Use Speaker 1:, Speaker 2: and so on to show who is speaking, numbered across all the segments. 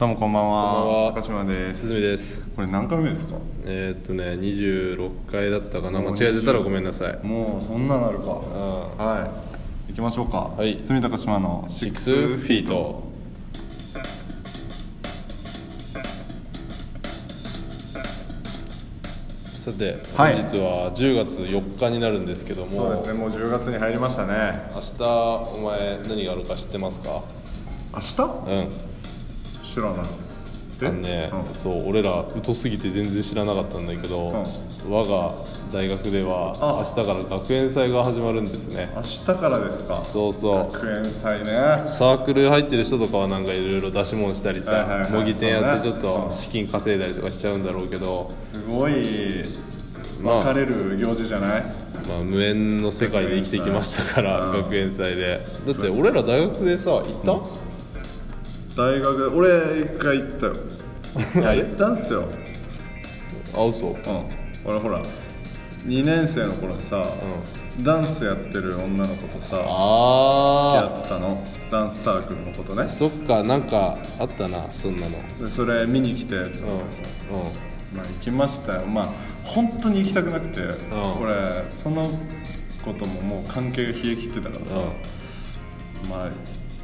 Speaker 1: どうもこんばんは。
Speaker 2: こんばんは
Speaker 1: 高島です。
Speaker 2: 鈴見です
Speaker 1: これ何回目ですか。
Speaker 2: えーっとね26回だったかな間
Speaker 1: もう
Speaker 2: 違えてたらごめんなさい
Speaker 1: もうそんなのあるか。
Speaker 2: ん
Speaker 1: はい。行きましょうか。
Speaker 2: はい
Speaker 1: 住高島のシックス
Speaker 2: 6フィートさて
Speaker 1: はい
Speaker 2: 本日は10月4日になるんですけども、
Speaker 1: そうですね。もう10月に入りましたね。
Speaker 2: 明日お前何があるか知ってますか
Speaker 1: 明日？
Speaker 2: うん
Speaker 1: 知らない。
Speaker 2: あのね、
Speaker 1: うん
Speaker 2: そう俺ら疎すぎて全然知らなかったんだけど、我が大学では
Speaker 1: あ
Speaker 2: 明日から学園祭が始まるんですね
Speaker 1: 明日からですか。
Speaker 2: そうそう
Speaker 1: 学園祭ね。は
Speaker 2: サークル入ってる人とかはなんかいろいろ出し物したり
Speaker 1: はいはいは
Speaker 2: さ
Speaker 1: い
Speaker 2: 模擬店やって
Speaker 1: そ
Speaker 2: ち
Speaker 1: う
Speaker 2: ょ
Speaker 1: ね
Speaker 2: っと資金稼いだりとかしちゃうんだろうけど、
Speaker 1: すごい
Speaker 2: ま
Speaker 1: 分か
Speaker 2: あ
Speaker 1: れる行事じゃない？
Speaker 2: まあ、無縁の世界で生きてきましたから
Speaker 1: うん
Speaker 2: 学園祭でだって俺ら大学でさ行った、
Speaker 1: 大学俺一回行った よ。いや行ったんすよ。
Speaker 2: あ嘘
Speaker 1: うん、俺ほら2年生の頃にさ、ダンスやってる女の子とさ付き合
Speaker 2: あ
Speaker 1: ってたのダンスサークルのことね
Speaker 2: あそっかなんかあったなそんなの
Speaker 1: でそれ見に来たやつ
Speaker 2: うん
Speaker 1: なん
Speaker 2: う
Speaker 1: でさ、
Speaker 2: ん
Speaker 1: まあ行きましたよまあ本当に行きたくなくて、俺その子とももう関係が冷え切ってたからさ、まあ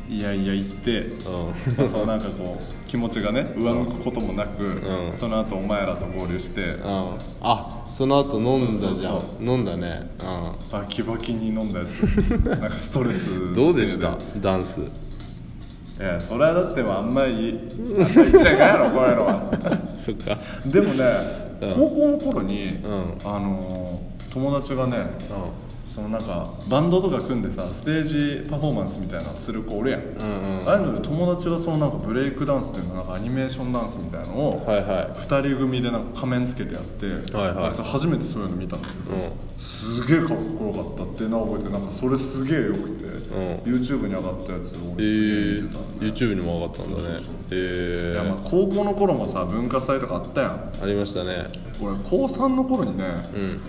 Speaker 1: いやいや行って、
Speaker 2: うん
Speaker 1: まあ、そうなんかこう気持ちがね上向くこともなく、
Speaker 2: うん
Speaker 1: その後お前らと合流して、
Speaker 2: うんうんあその後飲んだじゃん
Speaker 1: そうそ
Speaker 2: 飲んだねう
Speaker 1: バキバキに飲んだや つなんかストレスの
Speaker 2: ん
Speaker 1: せい
Speaker 2: どうでしたダンス
Speaker 1: いやそれはだってもうあんまりあんまり言っちゃいかんやろこういうのは
Speaker 2: そっか
Speaker 1: でもね、高校の頃に、
Speaker 2: ん
Speaker 1: あのー友達がね
Speaker 2: う
Speaker 1: そのなんかバンドとか組んでさステージパフォーマンスみたいなのする子おるやん、
Speaker 2: んうんうん
Speaker 1: ああいうので友達がそのなんかブレイクダンスっていうのなんかアニメーションダンスみたいなのを、
Speaker 2: はいは
Speaker 1: 二人組でなんか仮面つけてやって、
Speaker 2: はいはい
Speaker 1: あいつ初めてそういうの見たんだけど
Speaker 2: いうん
Speaker 1: すげえかっこよかったっていうのは覚えてなんかそれすげえよくて、
Speaker 2: ん
Speaker 1: YouTube に上がったやつを俺す
Speaker 2: え
Speaker 1: げえ見てたん
Speaker 2: ー、
Speaker 1: だよ
Speaker 2: YouTube にも上がったんだねえ
Speaker 1: いや
Speaker 2: ー
Speaker 1: まあ高校の頃もさ文化祭とかあったやん
Speaker 2: ありましたね
Speaker 1: 俺高3の頃にね、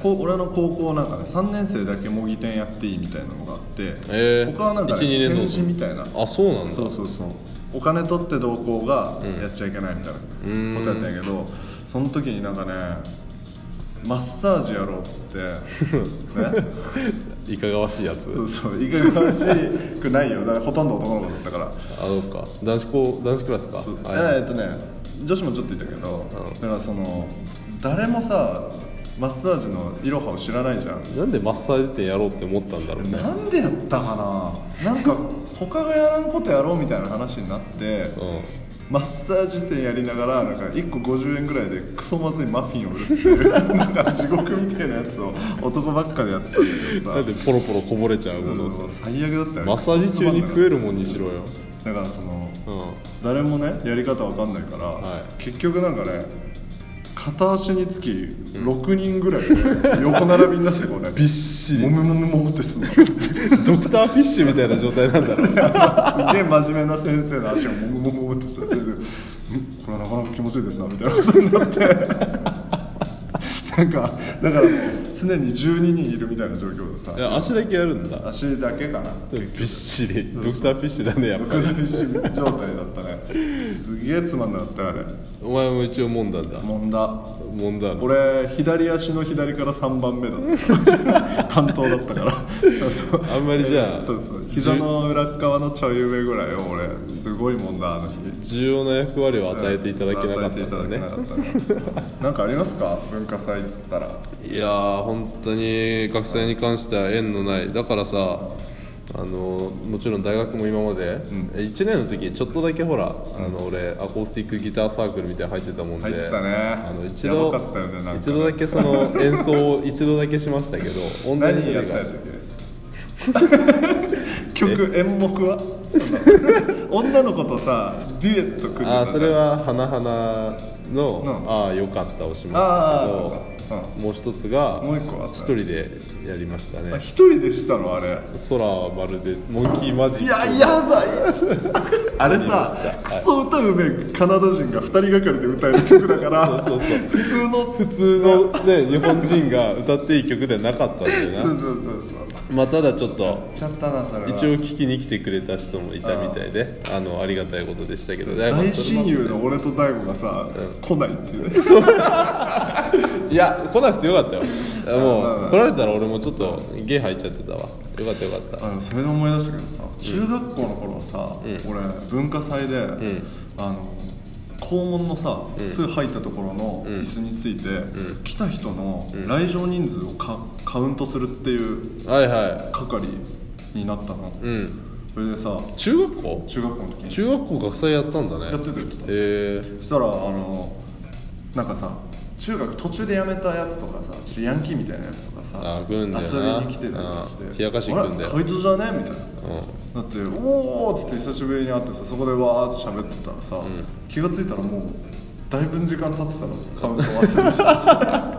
Speaker 1: こう俺の高校なんかね3年生だけ模擬店やっていいみたいなのがあって、
Speaker 2: えー、
Speaker 1: 他はなんか、ね、
Speaker 2: 1-2年
Speaker 1: 展
Speaker 2: どう
Speaker 1: 示みたいな
Speaker 2: あそうなんだ
Speaker 1: そうそうそうお金取って同行がやっちゃいけないみたいなことやったんやけどその時になんかねマッサージやろうっつ って、ね、
Speaker 2: いかがわしいや
Speaker 1: そ
Speaker 2: つ
Speaker 1: うそういかがわしくないよだからほとんど男の子だったから
Speaker 2: あどうか男子校男子クラスか
Speaker 1: そう
Speaker 2: はい
Speaker 1: えーえっとね女子もちょっといたけど、だからその誰もさマッサージのいろはを知らないじゃん
Speaker 2: なんでマッサージ店やろうって思ったんだろうね
Speaker 1: なんでやったかななんか他がやらんことやろうみたいな話になって、
Speaker 2: う
Speaker 1: マッサージ店やりながらなんか1個50円ぐらいでクソまずいマフィンを売るっていう なんか地獄みたいなやつを男ばっかでやってたんだけ
Speaker 2: ん
Speaker 1: ど
Speaker 2: な
Speaker 1: さ
Speaker 2: んでポロポロこぼれちゃうもの
Speaker 1: そうそう最悪だったよね
Speaker 2: マッサージ中に食え
Speaker 1: る
Speaker 2: るもんにしろよ
Speaker 1: だからその
Speaker 2: う
Speaker 1: 誰もねやり方わかんないから、
Speaker 2: はい
Speaker 1: 結局なんかね片足につき6人ぐらいで横並びになってこうね
Speaker 2: んびっし
Speaker 1: も
Speaker 2: り
Speaker 1: むもむもむってすんのすげ
Speaker 2: ドクターフィッシュみたいな状態なんだ ろう
Speaker 1: え真面目な先生の足をもむもむもむってして先生んこれはなかなか気持ちいいですなみたいなことになってなんかだから常に12人いるみたいな状況で
Speaker 2: い
Speaker 1: さ
Speaker 2: や足だけやるんだ
Speaker 1: 足だけかな
Speaker 2: びっしりドクターフィッシュだねやっぱ
Speaker 1: 横
Speaker 2: り
Speaker 1: 並び状態だったねすげえつまんなかったよあれ
Speaker 2: お前も一応揉んだんだ
Speaker 1: もんだ
Speaker 2: 揉んだの
Speaker 1: 俺左足の左から3番目だった 担当だったからそう
Speaker 2: あんまりじゃあ
Speaker 1: そうそう膝の裏っ側のちょい上ぐらいを俺すごいもんだあの日
Speaker 2: 重要な役割を与えていただけなかったんだね
Speaker 1: 与えていただけなかった ななんかありますか文化祭っつったら
Speaker 2: いやー本当に学生に関しては縁のないだからさあのもちろん大学も今まで、え1年の時にちょっとだけほら、あの俺アコースティックギターサークルみたいなの入ってたもんで
Speaker 1: 入ってたね
Speaker 2: あの一度
Speaker 1: やばかったよねなんかね
Speaker 2: 一度だけその演奏 を一度だけしましたけど本当にそ
Speaker 1: 何
Speaker 2: れ
Speaker 1: や
Speaker 2: が
Speaker 1: ったやつっけ曲演目はその 女の子とさデュエット組んでたじゃん
Speaker 2: あーそれは「花々の
Speaker 1: うん
Speaker 2: ああよかった」をしましたけど
Speaker 1: ああ
Speaker 2: もう一つが
Speaker 1: もう一個あった
Speaker 2: 一人でやりました
Speaker 1: あ
Speaker 2: ね
Speaker 1: 一人でしたのあれ
Speaker 2: 空まるでモンキーマジック
Speaker 1: いややばい あれさクソ歌うめカナダ人が2人がかりで歌える曲だから
Speaker 2: そうそう
Speaker 1: 普通の
Speaker 2: 普通の、ね、日本人が歌っていい曲ではなかったんだよ
Speaker 1: そうそう
Speaker 2: な
Speaker 1: そうそう
Speaker 2: まあただちょっと
Speaker 1: ちゃったなそれは
Speaker 2: 一応聞きに来てくれた人もいたみたいであのありがたいことでしたけどねまあ
Speaker 1: 大
Speaker 2: それも
Speaker 1: 親友の俺と大悟がさ、来ないっていうね
Speaker 2: いや来なくてよかったよもう来られたら俺もちょっとゲ入っちゃってたわよかったよかった
Speaker 1: あのそれで思い出したけどさ中学校の頃はさ、俺文化祭で、あの校門のさ、すぐ入ったところの椅子について、来た人の来場人数をカカウントするっていう
Speaker 2: はいは
Speaker 1: 係になったの、
Speaker 2: いうん
Speaker 1: それでさ
Speaker 2: 中学校
Speaker 1: 中学校の時に
Speaker 2: 中学校学祭やったんだね
Speaker 1: やってたやってた
Speaker 2: え
Speaker 1: そしたらあのなんかさ中学途中で辞めたやつとかさちょっとヤンキーみたいなやつとかさ
Speaker 2: あ来るんだよな
Speaker 1: 遊びに来てたりとかして
Speaker 2: うん冷やかしに来るんだよ
Speaker 1: あれこいつじゃねみたいな
Speaker 2: ーうん
Speaker 1: だって「おお!」っつって久しぶりに会ってさそこでわーって喋ってたらさ、気がついたらもうだいぶん時間経ってた のカウント忘れてただか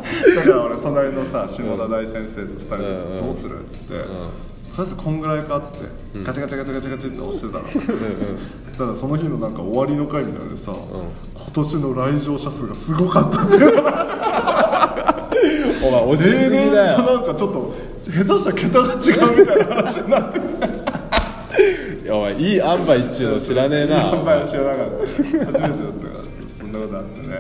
Speaker 1: ら俺隣のさ下田大先生と2人でさ「どうする?」っつって、とりあえずこんぐらいか」っつって、ガチャガチャガチャガチャガチャって押してたのだからその日のなんか終わりの回みたいなのでさ、今年の来場者数がすごかったっていう
Speaker 2: お前おじいすぎ
Speaker 1: 年
Speaker 2: だ
Speaker 1: と
Speaker 2: よ
Speaker 1: なんかちょっと下手したら桁が違うみたいな話になって
Speaker 2: いやお前いい塩梅っちゅうの知らねえな
Speaker 1: やっぱり知らなかった初めてだったからそんなことあってね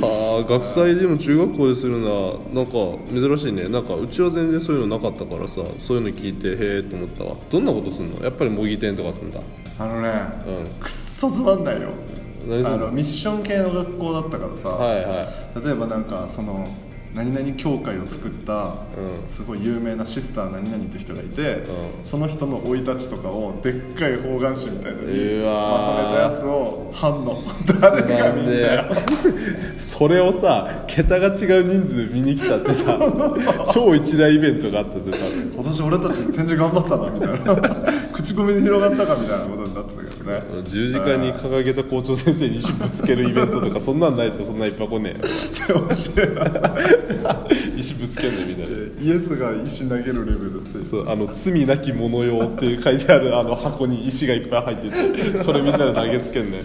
Speaker 2: はあ学祭でも中学校でするんだなんか珍しいねなんかうちは全然そういうのなかったからさそういうの聞いてへえと思ったわどんなことすんのやっぱり模擬店とかすんだ
Speaker 1: あのね、
Speaker 2: うん
Speaker 1: くっそつまんないよ
Speaker 2: 何す
Speaker 1: あ
Speaker 2: んの
Speaker 1: のミッション系の学校だったからさ、
Speaker 2: はいはい
Speaker 1: 例えばなんかその何々教会を作った
Speaker 2: うん
Speaker 1: すごい有名なシスター何々って人がいて、
Speaker 2: う
Speaker 1: その人の生い立ちとかをでっかい方眼紙みたいなのにまとめ
Speaker 2: う
Speaker 1: たや
Speaker 2: わー
Speaker 1: つを班の誰が見んだよ
Speaker 2: それをさ桁が違う人数見に来たっ てさ超一大イベントがあったぜ多分
Speaker 1: 今年俺たち展示頑張ったなみたいな 口コミで広がったかみたいなことになってたけどね
Speaker 2: 十字架に掲げた校長先生に石ぶつけるイベントとかそんなんないとそんないっぱい来 ねえよ
Speaker 1: って面白いなさ
Speaker 2: 石ぶつけんねみたいな
Speaker 1: イエスが石投げるレベルって
Speaker 2: そうあの罪なき者用っていう書いてあるあの箱に石がいっぱい入っててそれみんなで投げつけんね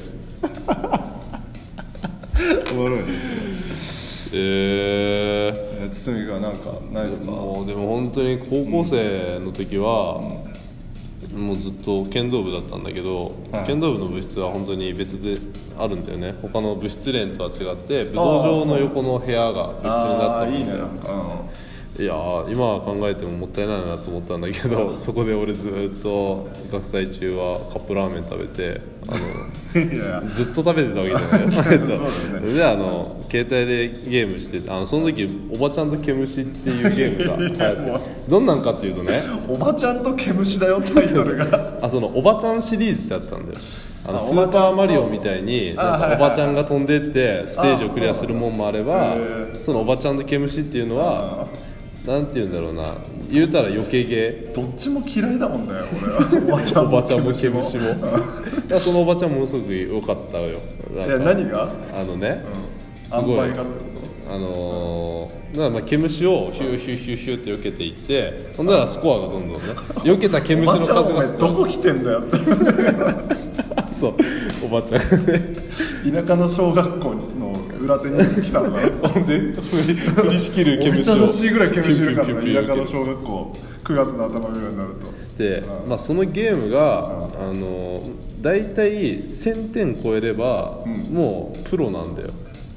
Speaker 1: おもろい
Speaker 2: えー、
Speaker 1: 堤君はなんかないですか
Speaker 2: もうでも本当に高校生の時は、もうずっと剣道部だったんだけど、
Speaker 1: はい
Speaker 2: 剣道部の部室は本当に別であるんだよね他の部室連とは違って武道場の横の部屋が部室にな
Speaker 1: あ
Speaker 2: っ
Speaker 1: あ
Speaker 2: た
Speaker 1: いいね
Speaker 2: い
Speaker 1: なんかうん
Speaker 2: やー今は考えてももったいないなと思ったんだけどそこで俺ずっと学祭中はカップラーメン食べてあの
Speaker 1: いやいや
Speaker 2: ずっと食べてたわけ じゃないえっと
Speaker 1: そうだね
Speaker 2: であの携帯でゲームしててあのその時「おばちゃんと毛虫」っていうゲームが流行って どんなんかっていうとね
Speaker 1: おばちゃんと毛虫だよタイトルが
Speaker 2: あそのおばちゃんシリーズってあったんだよあの
Speaker 1: あ
Speaker 2: スーパーマリオみたいになん
Speaker 1: はいはい
Speaker 2: かおばちゃんが飛んでってステージをクリアするもんもあれば
Speaker 1: そうなんだへ
Speaker 2: そのおばちゃんと毛虫っていうのはなんて言うんだろうな言うたら余計ゲ ー
Speaker 1: どっちも嫌いだもんだよ俺は おばちゃ
Speaker 2: お
Speaker 1: んも
Speaker 2: ばちゃんも毛虫も いやそのおばちゃんものすごく良かったよなん
Speaker 1: い
Speaker 2: か
Speaker 1: や何が
Speaker 2: あのね、す
Speaker 1: 塩梅
Speaker 2: ご
Speaker 1: が
Speaker 2: い
Speaker 1: って
Speaker 2: あのー、だからまあ毛虫をヒューヒューヒューヒューって避けていってほんならスコアがどん どんね避けた毛
Speaker 1: お
Speaker 2: 虫
Speaker 1: ば
Speaker 2: の
Speaker 1: ちゃん
Speaker 2: 数
Speaker 1: お
Speaker 2: が
Speaker 1: 前ど
Speaker 2: 少
Speaker 1: こ来てんだよって
Speaker 2: ないそうおばちゃんがね
Speaker 1: 田舎の小学校の裏手に来たのが
Speaker 2: ほんで 振り振りしきる 毛
Speaker 1: おび
Speaker 2: 虫
Speaker 1: た
Speaker 2: を
Speaker 1: だしいぐらい毛虫いるから
Speaker 2: ピュンピュンピュ
Speaker 1: ね
Speaker 2: ン
Speaker 1: 田
Speaker 2: ピュ
Speaker 1: 舎
Speaker 2: ン
Speaker 1: の小学校9月の頭ぐらいになると
Speaker 2: で、まあ、そのゲームが、あの大体1000点超えれば、もうプロなんだよ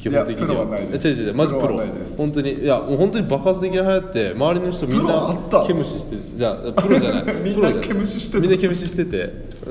Speaker 2: 基本的に
Speaker 1: いやプロはないです
Speaker 2: え違う違う違うマジプロ
Speaker 1: プロはないです
Speaker 2: 本当にいやもう本当に爆発的に流行って周りの人みん
Speaker 1: プロあった
Speaker 2: な毛虫してるじゃあプロじゃない
Speaker 1: みんな
Speaker 2: プロじゃい
Speaker 1: 毛虫してた
Speaker 2: みんな毛虫してて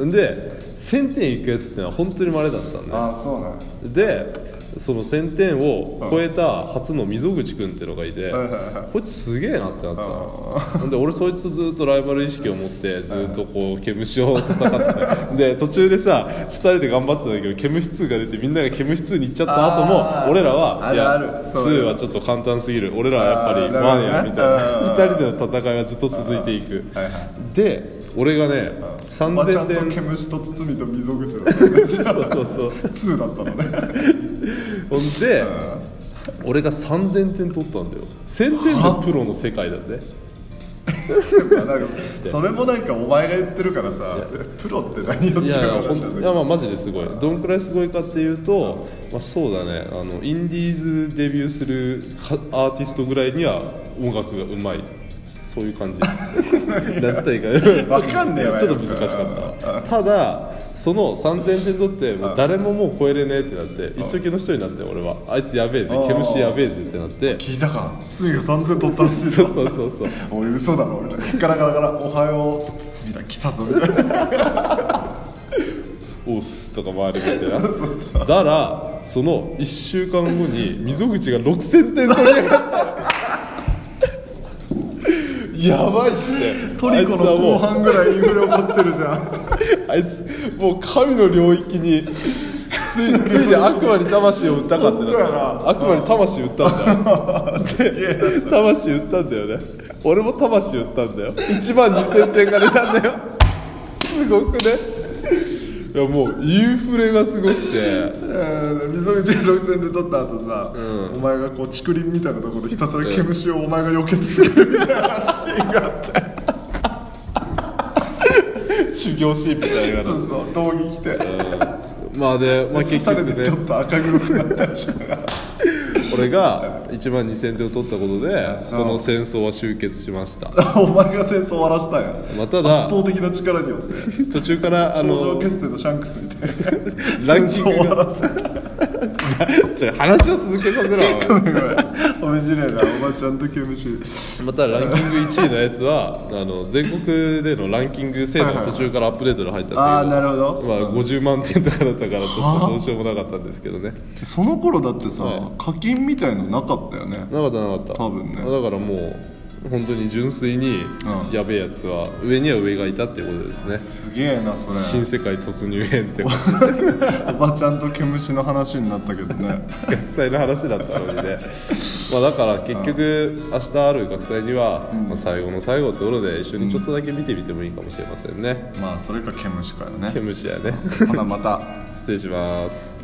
Speaker 2: で1000点いくやつってのは本当に稀だったんだよ
Speaker 1: ああそうなん
Speaker 2: でその1000点を超えた初の溝口君っていうのがい
Speaker 1: は
Speaker 2: て、
Speaker 1: いはいは
Speaker 2: こいつすげえなってなったので俺そいつとずっとライバル意識を持ってずっとこう毛虫を戦ってで途中でさ2人で頑張ってたんだけど毛虫2が出てみんなが毛虫2に行っちゃった後
Speaker 1: あ
Speaker 2: も
Speaker 1: ー
Speaker 2: 俺らは
Speaker 1: あ
Speaker 2: い
Speaker 1: る
Speaker 2: や
Speaker 1: あるそう
Speaker 2: 2はちょっと簡単すぎる俺らはやっぱり
Speaker 1: あーなるほ
Speaker 2: マ
Speaker 1: どね
Speaker 2: ニアみたいな
Speaker 1: うん
Speaker 2: 2人での戦いはずっと続いていく
Speaker 1: はいはい
Speaker 2: で俺がね
Speaker 1: おばちゃん
Speaker 2: 3000
Speaker 1: と
Speaker 2: 点
Speaker 1: 毛虫と堤と溝口の
Speaker 2: そうそうそう
Speaker 1: 2だったのね
Speaker 2: ほんで、俺が3000点取ったんだよ1000点がプロの世界だぜ
Speaker 1: なんかそれもなんかお前が言ってるからさプロって何よっていう
Speaker 2: いやいや
Speaker 1: 話
Speaker 2: ほん
Speaker 1: なん
Speaker 2: い
Speaker 1: だ
Speaker 2: やまあマジですごいどんくらいすごいかっていうと、まあ、そうだねあのインディーズデビューするかアーティストぐらいには音楽がうまいそういう 感じなんつったらいいか
Speaker 1: わかんねえわよ
Speaker 2: ちょっと難しかったただその3000点取ってもう誰ももう超えれねえってなって一時の人になって俺はあいつやべえぜ毛虫やべえぜってなって
Speaker 1: 聞いたか隅が3000取ったらしいぞ
Speaker 2: そうそうそうそう
Speaker 1: おい嘘だろみたいなガラガラガラおはようつつみたいな来たぞみた いな
Speaker 2: オスとか回るみたいなだらその1週間後に溝口が6000点取り上がったやばいっすね
Speaker 1: トリコの後半ぐらいインフレ起こってるじゃん
Speaker 2: あいつはもうあいつもう神の領域についついに悪魔に魂を売ったかってなっ
Speaker 1: 本当や
Speaker 2: た
Speaker 1: な
Speaker 2: 悪魔に魂売ったんだよあい つで魂売ったんだよね俺も魂売ったんだよ1万2000点が出たんだよすごくねいやもうインフレがすごくて
Speaker 1: うん溝口6000で取った後さ、お前がこう竹林みたいなところでひたすら毛虫をお前が避け続けるみたいなシーンがあ って
Speaker 2: 修行シーンみたいな
Speaker 1: そ
Speaker 2: の
Speaker 1: うそう道着着て
Speaker 2: まあで、まあ、
Speaker 1: 刺
Speaker 2: 結
Speaker 1: され
Speaker 2: 局
Speaker 1: てちょっ
Speaker 2: ね
Speaker 1: と赤黒くなったりして
Speaker 2: 俺が1万2000点を取ったことで
Speaker 1: そう
Speaker 2: この戦争は終結しました
Speaker 1: お前が戦争終わらしたんや
Speaker 2: まあただ
Speaker 1: 圧倒的な力によって
Speaker 2: 途中からあ
Speaker 1: 頂上
Speaker 2: の
Speaker 1: 決戦のシャンクスみたいな
Speaker 2: ラ
Speaker 1: 戦
Speaker 2: ンキ
Speaker 1: 争
Speaker 2: ング
Speaker 1: 終わ
Speaker 2: が
Speaker 1: らせた
Speaker 2: ちょ話を続けさせろお
Speaker 1: お
Speaker 2: 前
Speaker 1: めじれえなおばちゃんと毛虫
Speaker 2: またランキング1位のやつはあの全国でのランキング制度の途中からアップデートで入ったん
Speaker 1: ああ
Speaker 2: だ
Speaker 1: なるほ
Speaker 2: け
Speaker 1: ど
Speaker 2: ど、まあ、50万点とかだったからちょっとどうしようもなかったんですけどね
Speaker 1: その頃だってさ、
Speaker 2: はい
Speaker 1: 課金みたいのなかったよね
Speaker 2: なかったなかった
Speaker 1: 多分ね
Speaker 2: だからもう本当に純粋に
Speaker 1: うん
Speaker 2: やべえやつは上には上がいたってことですね
Speaker 1: すげえなそれ
Speaker 2: 新世界突入編ってこと
Speaker 1: おばちゃんと毛虫の話になったけどね
Speaker 2: 学祭の話だったのにねまあだから結局明日ある学祭には、まあ、最後の最後ってことで一緒にちょっとだけ見てみてもいいかもしれませんね、
Speaker 1: まあそれか毛虫かよね
Speaker 2: 毛虫やね
Speaker 1: ほなまた
Speaker 2: 失礼します